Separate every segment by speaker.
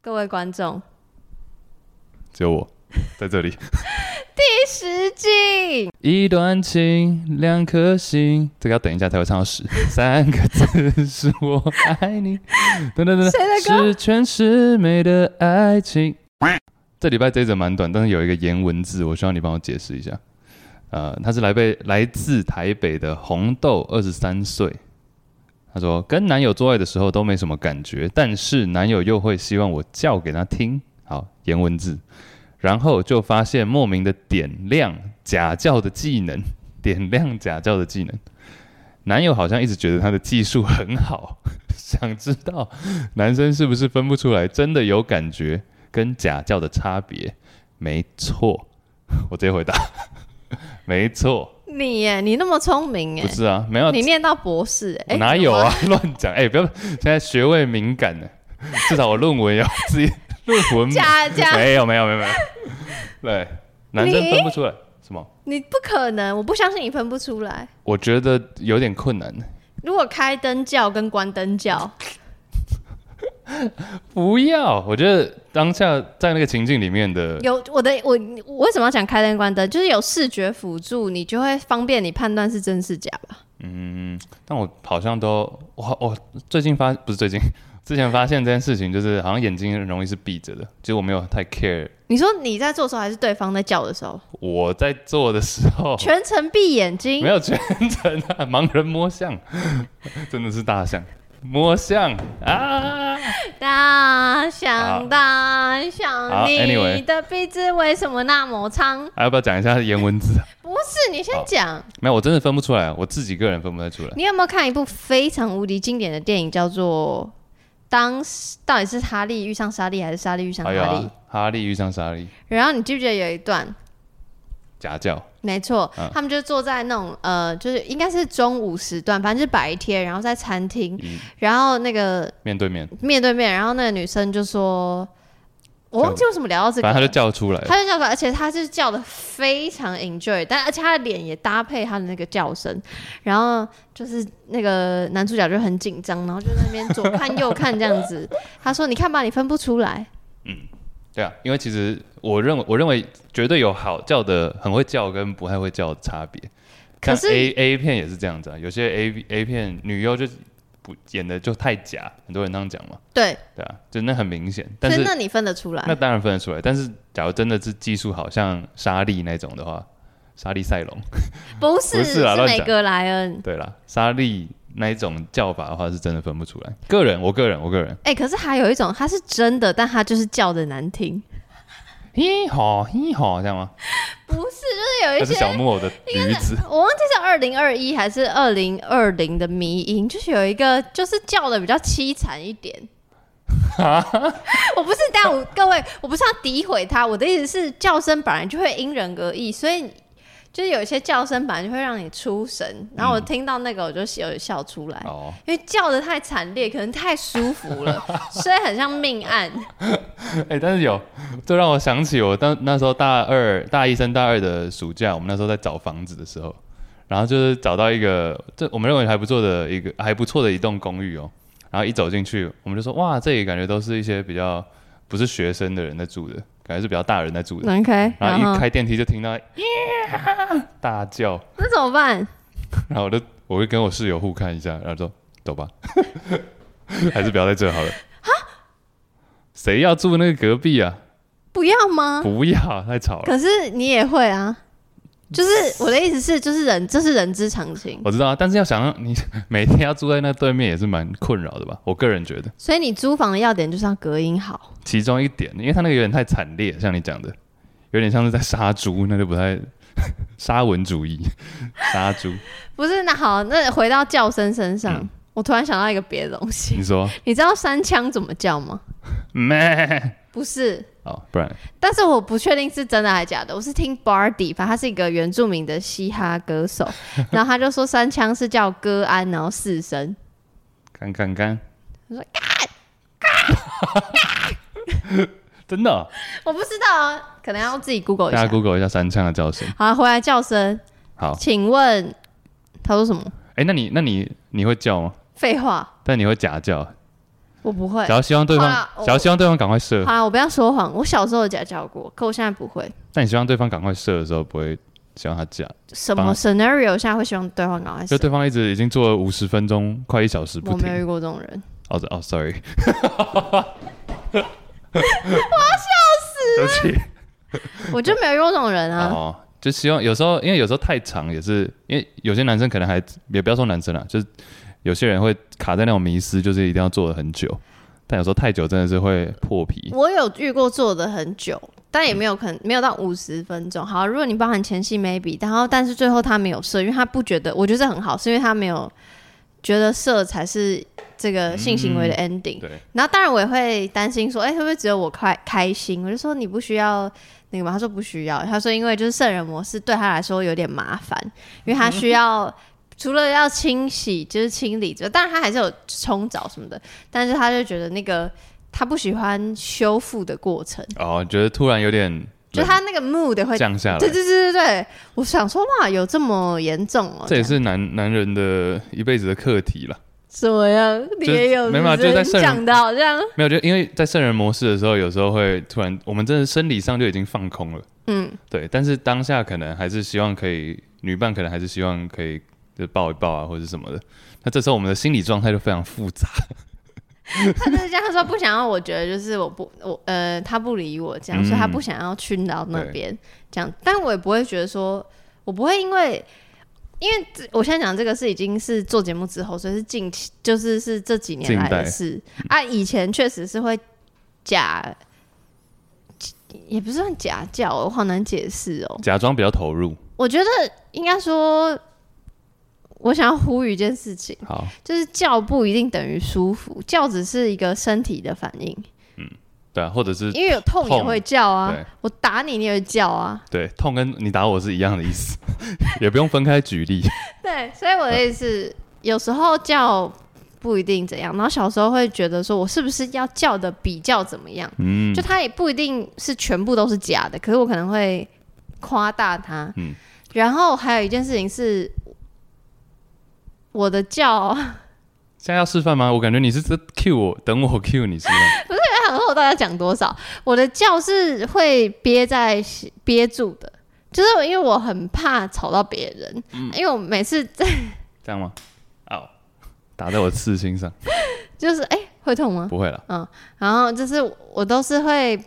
Speaker 1: 各位观众，
Speaker 2: 只有我在这里。
Speaker 1: 第十季
Speaker 2: 一段情，两颗心，这个要等一下才会唱到十。 三个字是我爱你，等等等
Speaker 1: 谁的
Speaker 2: 等，
Speaker 1: 歌
Speaker 2: 十全十美的爱情。这礼拜这一则蛮短，但是有一个颜文字，我希望你帮我解释一下。呃，他是来被来自台北的红豆，二十三岁。他说，跟男友做爱的时候都没什么感觉，但是男友又会希望我叫给他听。好，颜文字，然后就发现莫名的点亮假叫的技能， 点亮假叫的技能。男友好像一直觉得他的技术很好， 想知道男生是不是分不出来真的有感觉跟假叫的差别？没错， 我直接回答， 没错，
Speaker 1: 你耶，你那么聪明
Speaker 2: 不
Speaker 1: 耶，
Speaker 2: 是啊，没有，
Speaker 1: 你念到博士耶，哎，
Speaker 2: 哪有啊？ 乱讲，哎、不要，现在学位敏感呢，至少我论文要自己论文
Speaker 1: 有吗？假假，
Speaker 2: 没有没有没有没有，对，男生
Speaker 1: 你
Speaker 2: 分不出来什么？
Speaker 1: 你不可能，我不相信你分不出来。
Speaker 2: 我觉得有点困难。
Speaker 1: 如果开灯叫跟关灯叫，
Speaker 2: 不要，我觉得当下在那个情境里面的，
Speaker 1: 有我的我我为什么要讲开灯关灯？就是有视觉辅助，你就会方便你判断是真是假吧。
Speaker 2: 但我好像都，我我最近发不是最近， 之前发现这件事情，就是好像眼睛容易是闭着的，其实我没有太 care。
Speaker 1: 你说你在做的时候，还是对方在叫的时候？
Speaker 2: 我在做的时候
Speaker 1: 全程闭眼睛
Speaker 2: 哦没，有全程啊，盲人摸象， 真的是大象摸象啊！
Speaker 1: 大象大
Speaker 2: 好
Speaker 1: 象，
Speaker 2: 啊，anyway
Speaker 1: 你的鼻子为什么那么长？
Speaker 2: 还要不要讲一下颜文字啊？
Speaker 1: 不是，你先
Speaker 2: 好
Speaker 1: 讲。
Speaker 2: 没有，我真的分不出来，我自己个人分不太出来。
Speaker 1: 你有没有看一部非常无敌经典的电影，叫做《当时到底是哈利遇上莎莉，还是莎莉遇上哈
Speaker 2: 还有
Speaker 1: 利
Speaker 2: 啊》，哈利遇上莎莉，
Speaker 1: 然后你记不记得有一段？
Speaker 2: 假叫，
Speaker 1: 没错，
Speaker 2: 嗯
Speaker 1: 他们就坐在那种呃，就是应该是中午时段，反正就是白天，然后在餐厅，
Speaker 2: 一
Speaker 1: 然后那个
Speaker 2: 面对面，
Speaker 1: 面对面，然后那个女生就说：“我忘记为什么聊到这
Speaker 2: 反
Speaker 1: 个了，
Speaker 2: 正他就叫出来了。
Speaker 1: 他就叫出来，而且他是叫的非常 enjoy，但而且他的脸也搭配他的那个叫声，然后就是那个男主角就很紧张，然后就在那边左看右看这样 子。他说：“你看吧，你分不出来。
Speaker 2: 对啊，因为其实我认为，我认为绝对有好叫的，很会叫跟不太会叫的差别。
Speaker 1: 可
Speaker 2: 像
Speaker 1: 是
Speaker 2: A A 片也是这样子啊，有些 A A 片女优就不演的就太假，很多人这样讲嘛，”
Speaker 1: 对，
Speaker 2: 对啊，就那很明显。但
Speaker 1: 所以
Speaker 2: 是
Speaker 1: 那你分得出来
Speaker 2: 那？当然分得出来，但是假如真的是技术好像莎莉那种的话，莎莉赛龙，
Speaker 1: 不是，
Speaker 2: 不是啊乱
Speaker 1: 美
Speaker 2: 讲
Speaker 1: 格莱恩。
Speaker 2: 对啦，莎莉那一种叫法的话是真的分不出来。个人，我个人，我个人，
Speaker 1: 哎、可是还有一种，他是真的，但他就是叫的难听。
Speaker 2: 嘿吼嘿吼，这样吗？
Speaker 1: 不是，就是有
Speaker 2: 那
Speaker 1: 一
Speaker 2: 是
Speaker 1: 些
Speaker 2: 小木偶的驴子，
Speaker 1: 我忘记是二零二一还是二零二零的迷音，就是有一个就是叫的比较凄惨一点。
Speaker 2: 啊
Speaker 1: 我不是这样，我各位，我不是要诋毁他，我的意思是叫声本来就会因人而异，所以就是有一些叫声本来就会让你出神。然后我听到那个我就有笑出来，
Speaker 2: 哦，
Speaker 1: 因为叫的太惨烈，可能太舒服了， 所以很像命案。
Speaker 2: 哎、但是有，这让我想起我当那时候大二、大一升大二的暑假，我们那时候在找房子的时候，然后就是找到一个这我们认为还不错的一个还不错的一栋公寓哦，然后一走进去，我们就说哇，这里感觉都是一些比较不是学生的人在住的，感觉是比较大人在住的，
Speaker 1: OK，
Speaker 2: 然后一
Speaker 1: 后
Speaker 2: 开电梯就听到呀大叫，
Speaker 1: 那怎么办？
Speaker 2: 然后我就我就跟我室友互看一下，然后说走吧， 还是不要在这好了。谁要住那个隔壁啊？
Speaker 1: 不要吗？
Speaker 2: 不要，太吵了。
Speaker 1: 可是你也会啊，就是我的意思是，就是人这是人之常情，
Speaker 2: 我知道啊，但是要想让你每天要住在那对面也是蛮困扰的吧？我个人觉得，
Speaker 1: 所以你租房的要点就是要隔音好。
Speaker 2: 其中一点，因为他那个有点太惨烈，像你讲的，有点像是在杀猪，那就不太 沙文主义，杀猪。
Speaker 1: 不是，那好，那回到叫声身上，
Speaker 2: 嗯
Speaker 1: 我突然想到一个别的东西，
Speaker 2: 你说
Speaker 1: 你知道三枪怎么叫吗？
Speaker 2: 咩？
Speaker 1: 不是，
Speaker 2: 哦，不然
Speaker 1: 但是我不确定是真的还是假的。我是听 Bardy，反正他是一个原住民的嘻哈歌 手，然后他就说三枪是叫歌安，然后四声。
Speaker 2: 干干干，
Speaker 1: 我说
Speaker 2: 真的哦，
Speaker 1: 我不知道啊，可能要自己 Google 一
Speaker 2: 大家
Speaker 1: 下。
Speaker 2: Google 一下三枪的叫声。
Speaker 1: 好，回来叫声，
Speaker 2: 好，
Speaker 1: 请问他说什么？
Speaker 2: 哎，那你那你你会叫吗？
Speaker 1: 废话。
Speaker 2: 但你会假叫？
Speaker 1: 我不会
Speaker 2: 只。要希望对
Speaker 1: 呃好
Speaker 2: 方
Speaker 1: 啦，
Speaker 2: 只要希望对方赶快射
Speaker 1: 好，啦，我不要说谎，我小时候有假教过，可我现在不会。
Speaker 2: 但你希望对方赶快射的时候，不会希望他假，
Speaker 1: 什
Speaker 2: 帮
Speaker 1: 么 scenario 下会希望对方赶快
Speaker 2: 就
Speaker 1: 死？
Speaker 2: 对方一直已经做了五十分钟，快一小时
Speaker 1: 我
Speaker 2: 不
Speaker 1: 没有遇
Speaker 2: 停。
Speaker 1: 过这种人，
Speaker 2: 哦这哦，sorry，我要笑死了。对不起。
Speaker 1: 我就没有遇过这种人啊。
Speaker 2: 哦，就希望有时候，因为有时候太长也是，因为有些男生可能还也不要说男生啦，就是有些人会卡在那种迷失，就是一定要做的很久，但有时候太久真的是会破皮。
Speaker 1: 我有遇过做的很久，但也没有可能没有到五十分钟。好，如果你包含前戏 maybe，然后但是最后他没有射，因为他不觉得，我觉得这很好，是因为他没有觉得射才是这个性行为的
Speaker 2: 嗯
Speaker 1: ending。
Speaker 2: 对，
Speaker 1: 然后当然我也会担心说，哎、会不会只有我开开心？我就说你不需要那个嘛，他说不需要，他说因为就是圣人模式对他来说有点麻烦，因为他需要。除了要清洗，就是清理之外，当然他还是有冲澡什么的，但是他就觉得那个他不喜欢修复的过程，
Speaker 2: 哦，觉得突然有点
Speaker 1: 就他那个 mood 会，
Speaker 2: 降下来，
Speaker 1: 对对对对对，我想说哇，有这么严重哦、
Speaker 2: 这也是男男人的一辈子的课题了。
Speaker 1: 怎么样？你
Speaker 2: 就是
Speaker 1: 也有
Speaker 2: 没嘛
Speaker 1: 是不是
Speaker 2: 就
Speaker 1: 你
Speaker 2: 是在圣人
Speaker 1: 讲的好像
Speaker 2: 没有，就因为在圣人模式的时候，有时候会突然，我们真的生理上就已经放空了。
Speaker 1: 嗯，
Speaker 2: 对，但是当下可能还是希望可以，女伴可能还是希望可以就抱一抱啊，或者什么的。那这时候我们的心理状态就非常复杂。
Speaker 1: 他就是这样，他说不想要，我觉得就是我不我呃，他不理我这样，
Speaker 2: 嗯
Speaker 1: 所以他不想要去到那边这样，但我也不会觉得说，我不会因为。因为这我现在讲这个是已经是做节目之后，所以是近期，就是是这几年来
Speaker 2: 近代嗯
Speaker 1: 的事啊。以前确实是会假，也不是算假教，我好难解释哦、
Speaker 2: 假装比较投入。
Speaker 1: 我觉得应该说，我想要呼吁一件事情。
Speaker 2: 好，
Speaker 1: 就是叫不一定等于舒服，叫只是一个身体的反应，
Speaker 2: 对啊，或者是
Speaker 1: 因为有痛也会叫啊
Speaker 2: 对，
Speaker 1: 我打你你也会叫 啊，
Speaker 2: 对痛跟你打我是一样的意思， 也不用分开举例。
Speaker 1: 对，所以我的意思，有时候叫不一定怎样，然后小时候会觉得说我是不是要叫的比较怎么样，
Speaker 2: 嗯
Speaker 1: 就，它也不一定是全部都是假的，可是我可能会夸大它，
Speaker 2: 嗯
Speaker 1: 然后还有一件事情是。我的叫 哎
Speaker 2: 现在要示范吗？我感觉你是在 Q 我，等我 Q 你示范。
Speaker 1: 很厚，大家讲多少？我的叫是会憋在憋住的，就是因为我很怕吵到别人，
Speaker 2: 嗯
Speaker 1: 因为我每次在
Speaker 2: 这样吗？哦，打在我刺 心上，
Speaker 1: 就是哎、会痛吗？
Speaker 2: 不会了。
Speaker 1: 然后就是我都是会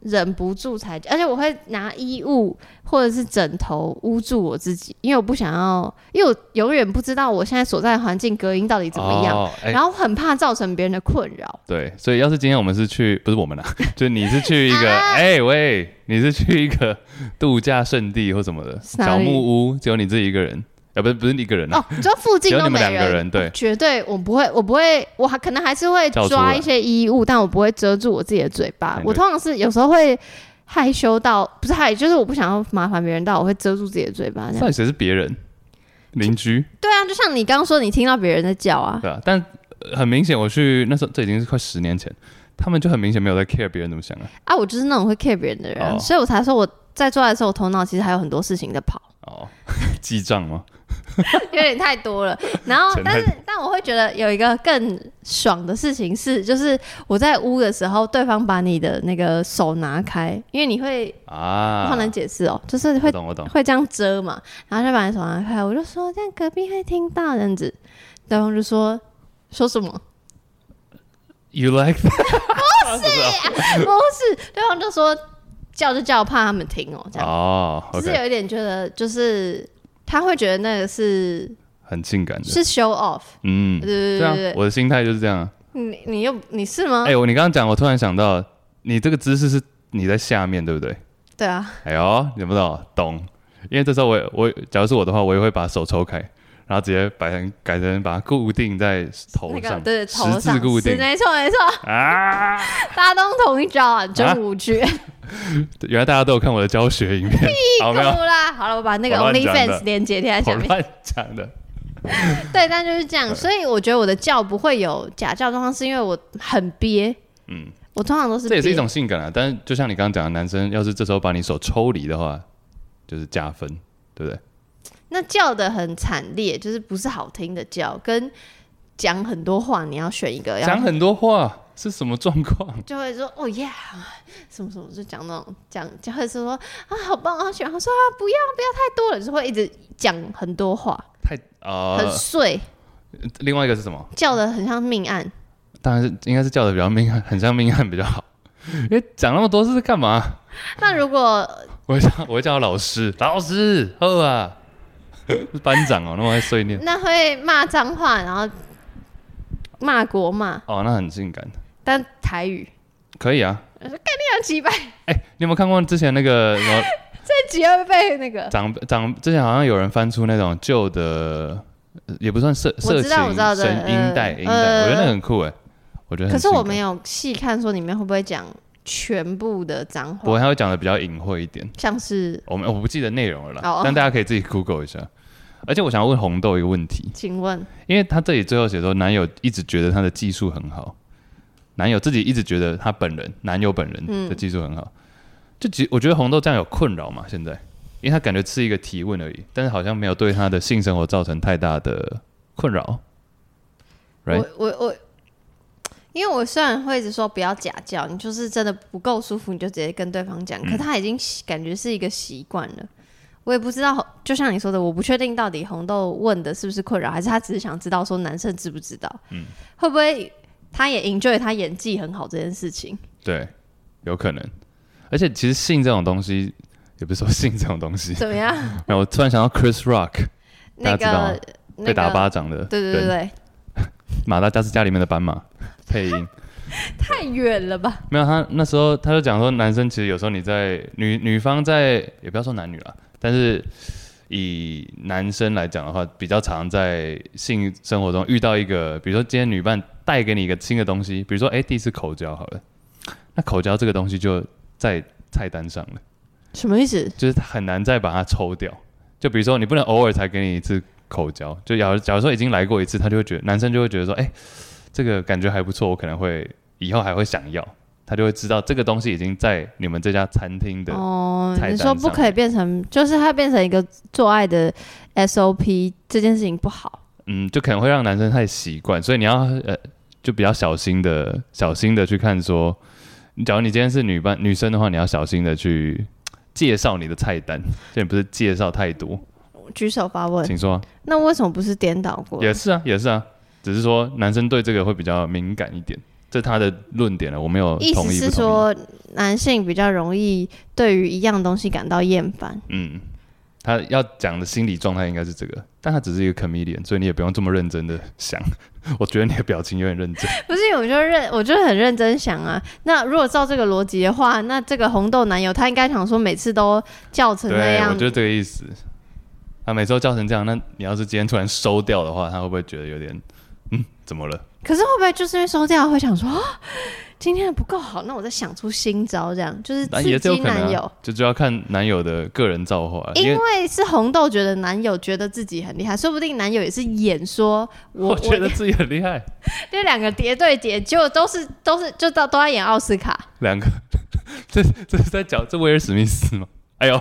Speaker 1: 忍不住才，而且我会拿衣物或者是枕头捂住我自己，因为我不想要，因为我永远不知道我现在所在的环境隔音到底怎么样，
Speaker 2: 哦哎
Speaker 1: 然后很怕造成别人的困扰。
Speaker 2: 对，所以要是今天我们是去，不是 我们啦，啊就你是去一个，
Speaker 1: 啊
Speaker 2: 哎、喂，你是去一个度假胜地或什么的
Speaker 1: 哪
Speaker 2: 小
Speaker 1: 里
Speaker 2: 木屋，只有你自己一个人，啊，不是不是你一个人啊，
Speaker 1: 哦，你说附
Speaker 2: 只
Speaker 1: 近
Speaker 2: 有
Speaker 1: 都
Speaker 2: 你们
Speaker 1: 没
Speaker 2: 两个人，对，
Speaker 1: 绝对我不会，我不会，我还可能还是会
Speaker 2: 叫出
Speaker 1: 抓
Speaker 2: 来
Speaker 1: 一些衣物，但我不会遮住我自己的嘴巴
Speaker 2: 哎。
Speaker 1: 我
Speaker 2: 对
Speaker 1: 通常是有时候会害羞到，不是害，就是我不想要麻烦别人到，我会遮住自己的嘴巴。这
Speaker 2: 到
Speaker 1: 样
Speaker 2: 底谁是别人？邻居，
Speaker 1: 对哦啊，就像你刚刚说，你听到别人在叫啊，
Speaker 2: 对啊，但呃很明显，我去那时候这已经是快十年前，他们就很明显没有在 care 别人怎 么想啊。
Speaker 1: 啊，我就是那种会 care 别人的人，
Speaker 2: 哦
Speaker 1: 所以我才说我在做爱的时候，我头脑其实还有很多事情在 跑，
Speaker 2: 哦，记账吗？
Speaker 1: 有点太多了。然后
Speaker 2: 钱，
Speaker 1: 但
Speaker 2: 太
Speaker 1: 是但我会觉得有一个更爽的事情是，就是我在屋的时候，对方把你的那个手拿开，因为你会。
Speaker 2: 啊，
Speaker 1: 不能解释哦，就是
Speaker 2: 我
Speaker 1: 会
Speaker 2: 懂我懂，
Speaker 1: 会这样遮嘛，然后就把你手拿开，我就说这样隔壁会听到这样子，对方就说说什么？
Speaker 2: You like that？不 是
Speaker 1: 不是，对方就说叫就叫，怕他们听哦，这样，
Speaker 2: 哦
Speaker 1: 就是
Speaker 2: ，OK，
Speaker 1: 有一点觉得就是他会觉得那个是
Speaker 2: 很性感的，
Speaker 1: 是 show off，
Speaker 2: 嗯，
Speaker 1: 对
Speaker 2: 对
Speaker 1: 对
Speaker 2: 啊
Speaker 1: 嗯对，对，
Speaker 2: 我的心态就是这样啊。
Speaker 1: 你你又你是吗
Speaker 2: 哎、？我你刚刚讲，我突然想到，你这个姿势是你在下面，对不对？
Speaker 1: 对啊，
Speaker 2: 哎呦，你不知道，懂？因为这时候我也我假如是我的话，我也会把手抽开，然后直接摆成改成把它固定在头
Speaker 1: 那
Speaker 2: 上，
Speaker 1: 个对头
Speaker 2: 十字
Speaker 1: 上
Speaker 2: 固
Speaker 1: 是
Speaker 2: 定
Speaker 1: 没错没错，
Speaker 2: 啊！
Speaker 1: 大家都用同一招啊，真
Speaker 2: 啊
Speaker 1: 无趣。
Speaker 2: 原来大家都有看我的教学 影片，好没有？
Speaker 1: 够啦，好了，我把那个
Speaker 2: 我乱讲的
Speaker 1: OnlyFans 连接贴在
Speaker 2: 我
Speaker 1: 下面。
Speaker 2: 乱讲的，
Speaker 1: 对，但就是这样，所以我觉得我的叫不会有假叫状况，是因为我很憋。
Speaker 2: 嗯，
Speaker 1: 我通常都是
Speaker 2: 这也是
Speaker 1: 憋
Speaker 2: 一种性感啊。但是就像你刚刚讲的，男生要是这时候把你手抽离的话，就是加分，对不对？
Speaker 1: 那叫的很惨烈，就是不是好听的叫，跟讲很多话，你要选一个，然
Speaker 2: 讲
Speaker 1: 后
Speaker 2: 很多话是什么状况？
Speaker 1: 就会说哦耶，什么什么，就讲那种讲，就会说啊好棒，好喜欢。他说啊不要不要太多了，就是会一直讲很多话，
Speaker 2: 太呃
Speaker 1: 很，碎，
Speaker 2: 另外一个是什么？
Speaker 1: 叫的很像命案。
Speaker 2: 当然是应该是叫的比较命案，很像命案比较好。因为讲那么多是干嘛？
Speaker 1: 那
Speaker 2: 嗯
Speaker 1: 如果
Speaker 2: 我会叫我会叫老师，老师，呵啊，是班长哦，那么爱碎念
Speaker 1: 那会骂脏话，然后骂国骂，
Speaker 2: 哦，那很性感，
Speaker 1: 但台语
Speaker 2: 可以啊。
Speaker 1: 这样几百
Speaker 2: 哎、你有没有看过之前那个什么
Speaker 1: 这集会被那个。
Speaker 2: 长长之前好像有人翻出那种旧的，呃也不算色
Speaker 1: 我
Speaker 2: 色
Speaker 1: 知道我
Speaker 2: 情
Speaker 1: 知道
Speaker 2: 声
Speaker 1: 对
Speaker 2: 音带
Speaker 1: 呃
Speaker 2: 音带，我觉得那
Speaker 1: 呃
Speaker 2: 很酷哎，我觉得很
Speaker 1: 可是我
Speaker 2: 性感
Speaker 1: 没有细看说里面会不会讲全部的脏
Speaker 2: 不过
Speaker 1: 话，
Speaker 2: 他会讲的比较隐晦一点，
Speaker 1: 像是
Speaker 2: 我们我不记得内容了啦，
Speaker 1: 哦
Speaker 2: 但大家可以自己 Google 一下。而且我想要问红豆一个问题，
Speaker 1: 请问
Speaker 2: 因为她这里最后写说，男友一直觉得她的技术很好，男友自己一直觉得她本人男友本
Speaker 1: 嗯
Speaker 2: 人的技术很好，就其实我觉得红豆这样有困扰嘛，现在，因为她感觉是一个提问而已，但是好像没有对她的性生活造成太大的困扰。Right？
Speaker 1: 我我我，因为我虽然会一直说不要假叫，你就是真的不够舒服，你就直接跟对方讲。
Speaker 2: 嗯
Speaker 1: 可他已经习感觉是一个习惯了，我也不知道，就像你说的，我不确定到底红豆问的是不是困扰，还是他只是想知道说男生知不知道，
Speaker 2: 嗯
Speaker 1: 会不会他也 enjoy 他演技很好这件事情。
Speaker 2: 对，有可能。而且其实性这种东西，也不是说性这种东西，
Speaker 1: 怎么样？
Speaker 2: 没有，我突然想到 Chris Rock
Speaker 1: 那
Speaker 2: 大家知道吗
Speaker 1: 个那
Speaker 2: 被
Speaker 1: 个
Speaker 2: 打巴掌的人，
Speaker 1: 对对对对，
Speaker 2: 马达加斯加里面的斑马配音。
Speaker 1: 太远了吧？
Speaker 2: 没有，他那时候他就讲说，男生其实有时候你在女女方在，也不要说男女了，但是以男生来讲的话，比较常在性生活中遇到一个，比如说今天女伴带给你一个新的东西，比如说哎、诶第一次口交好了，那口交这个东西就在菜单上了，
Speaker 1: 什么意思？
Speaker 2: 就是很难再把它抽掉。就比如说你不能偶尔才给你一次口交，就假如假如说已经来过一次，他就会觉得男生就会觉得说，哎、这个感觉还不错，我可能会以后还会想要，他就会知道这个东西已经在你们这家餐厅的，
Speaker 1: 哦，
Speaker 2: 菜
Speaker 1: 你
Speaker 2: 单
Speaker 1: 说不
Speaker 2: 上
Speaker 1: 可以变成，就是它变成一个做爱的 SOP 这件事情不好。
Speaker 2: 嗯，就可能会让男生太习惯，所以你要呃就比较小心的小心的去看说，假如你今天是女伴女生的话，你要小心的去。介绍你的菜单，这也不是介绍太多，
Speaker 1: 举手发问，
Speaker 2: 请说啊、
Speaker 1: 那为什么不是颠倒过？
Speaker 2: 也是啊，也是啊，只是说男生对这个会比较敏感一点，这是他的论点了，我没有
Speaker 1: 意
Speaker 2: 同
Speaker 1: 思
Speaker 2: 意不
Speaker 1: 是
Speaker 2: 同意。
Speaker 1: 说，男性比较容易对于一样东西感到厌烦。
Speaker 2: 嗯，他要讲的心理状态应该是这个，但他只是一个 comedian，所以你也不用这么认真的想。 我觉得你的表情有点认真，
Speaker 1: 不是，我就认，我就很认真想啊。那如果照这个逻辑的话，那这个红豆男友他应该想说，每次都叫成那
Speaker 2: 对，我
Speaker 1: 样
Speaker 2: 觉，得这个意思。他每次都叫成这样，那你要是今天突然收掉的话，他会不会觉得有点嗯怎么了？
Speaker 1: 可是会不会就是因为收掉会想说，啊今天的不够好，那我再想出新招，这样就是
Speaker 2: 那也
Speaker 1: 刺
Speaker 2: 是有
Speaker 1: 激
Speaker 2: 可能
Speaker 1: 男
Speaker 2: 啊、
Speaker 1: 友。
Speaker 2: 就就要看男友的个人造化，因
Speaker 1: 因
Speaker 2: 为
Speaker 1: 为是红豆觉得男友觉得自己很厉害，说不定男友也是演说我
Speaker 2: 我
Speaker 1: 我
Speaker 2: 觉得自己很厉害。
Speaker 1: 这两个叠对叠，结果都是都是就到都在演奥斯卡，
Speaker 2: 两个， 这这是在讲这威尔史密斯吗？ 哎呦，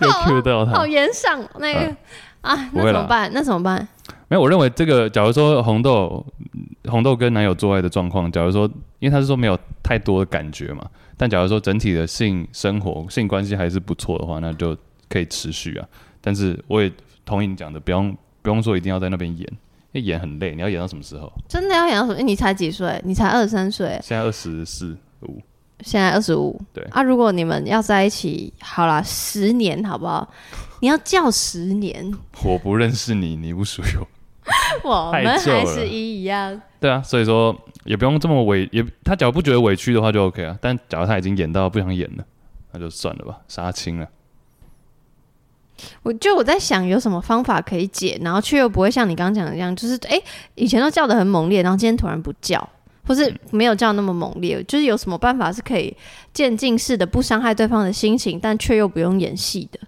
Speaker 2: 又 Q 到他
Speaker 1: 好。严哦上那个啊
Speaker 2: 嗯不
Speaker 1: 那
Speaker 2: 会啦
Speaker 1: 怎么办？那怎么办？
Speaker 2: 没有，我认为这个，假如说红豆红豆跟男友做爱的状况，假如说，因为他是说没有太多的感觉嘛，但假如说整体的性生活、性关系还是不错的话，那就可以持续啊。但是我也同意你讲的，不用不用说一定要在那边演，因为演很累，你要演到什么时候？
Speaker 1: 真的要演到什么？你才几岁？你才二十三岁，
Speaker 2: 现在二十四五，
Speaker 1: 现在二十五。
Speaker 2: 对
Speaker 1: 啊，如果你们要在一起，好啦，十年好不好？你要叫十年，
Speaker 2: 我不认识你，你不属于我。
Speaker 1: 我们
Speaker 2: 太旧了
Speaker 1: 还是一样。
Speaker 2: 对啊，所以说也不用这么委，也他假如不觉得委屈的话就 OK 啊。但假如他已经演到不想演了，那就算了吧，杀青了。
Speaker 1: 我就我在想有什么方法可以解，然后却又不会像你刚刚讲的一样，就是哎、诶以前都叫的很猛烈，然后今天突然不叫，或是
Speaker 2: 嗯
Speaker 1: 没有叫那么猛烈，就是有什么办法是可以渐进式的不伤害对方的心情，但却又不用演戏的。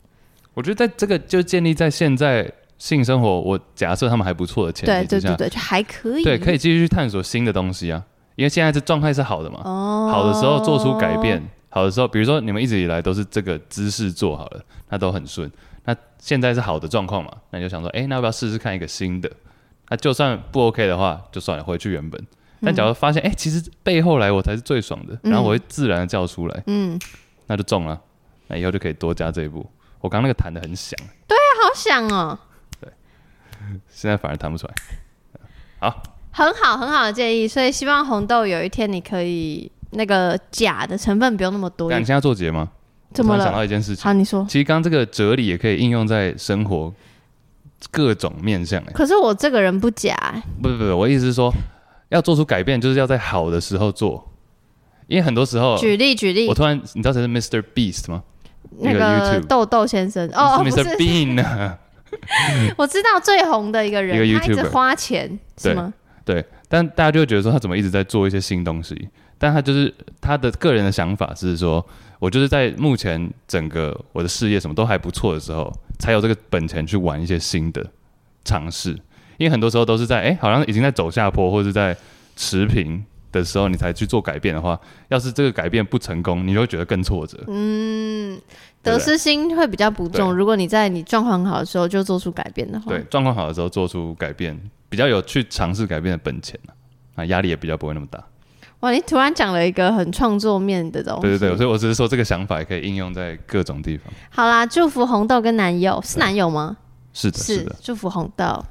Speaker 2: 我觉得在这个就建立在现在性生活，我假设他们还不错的前
Speaker 1: 对
Speaker 2: 提
Speaker 1: 对
Speaker 2: 之下
Speaker 1: 对，对，就还可以，
Speaker 2: 对可以继续去探索新的东西啊。因为现在这状态是好的嘛，
Speaker 1: 哦。
Speaker 2: 好的时候做出改变，好的时候，比如说你们一直以来都是这个姿势做好了，那都很顺。那现在是好的状况嘛，那你就想说，哎、那要不要试试看一个新的？那就算不 OK 的话，就算了，回去原本。
Speaker 1: 嗯
Speaker 2: 但假如发现，哎、其实背后来我才是最爽的，然后我会自然的叫出来，
Speaker 1: 嗯，
Speaker 2: 那就中了。那以后就可以多加这一步。我刚刚那个弹的很响，
Speaker 1: 好想哦，
Speaker 2: 现在反而弹不出来。
Speaker 1: 很好很好的建议，所以希望红豆有一天你可以那个假的成分不用那么多
Speaker 2: 那，你现在要做结吗？
Speaker 1: 怎么
Speaker 2: 我突然想
Speaker 1: 了？
Speaker 2: 到一件事情，
Speaker 1: 好，你说。
Speaker 2: 其实刚刚这个哲理也可以应用在生活各种面向、哎，
Speaker 1: 可是我这个人不假、欸，
Speaker 2: 不不不，我意思是说，要做出改变，就是要在好的时候做，因为很多时候，
Speaker 1: 举例举例
Speaker 2: 哦我，突然你知道谁是 Mr. Beast 吗？
Speaker 1: 那
Speaker 2: 一个
Speaker 1: 个
Speaker 2: YouTube
Speaker 1: 豆豆先生，哦，哦不
Speaker 2: 是
Speaker 1: 是
Speaker 2: Mr. Bean 啊。
Speaker 1: 我知道最红的一个人，
Speaker 2: 一个
Speaker 1: 他一直
Speaker 2: YouTuber
Speaker 1: 花钱是吗？
Speaker 2: 但大家就会觉得说他怎么一直在做一些新东西，但他就是他的个人的想法是说，我就是在目前整个我的事业什么都还不错的时候，才有这个本钱去玩一些新的尝试，因为很多时候都是在哎、诶好像已经在走下坡或是在持平。的时候，你才去做改变的话，要是这个改变不成功，你就会觉得更挫折。
Speaker 1: 嗯，
Speaker 2: 对
Speaker 1: 得
Speaker 2: 不对
Speaker 1: 失心会比较不重。
Speaker 2: 对
Speaker 1: 如果你在你状况很好的时候就做出改变的话，
Speaker 2: 对，状况好的时候做出改变，比较有去尝试改变的本钱啊啊，压力也比较不会那么大。
Speaker 1: 哇，你突然讲了一个很创作面的东西。
Speaker 2: 对对对，所以我哦只是说这个想法也可以应用在各种地方。
Speaker 1: 好啦，祝福红豆跟男友是男友吗？
Speaker 2: 是的，是的。
Speaker 1: 祝福红豆。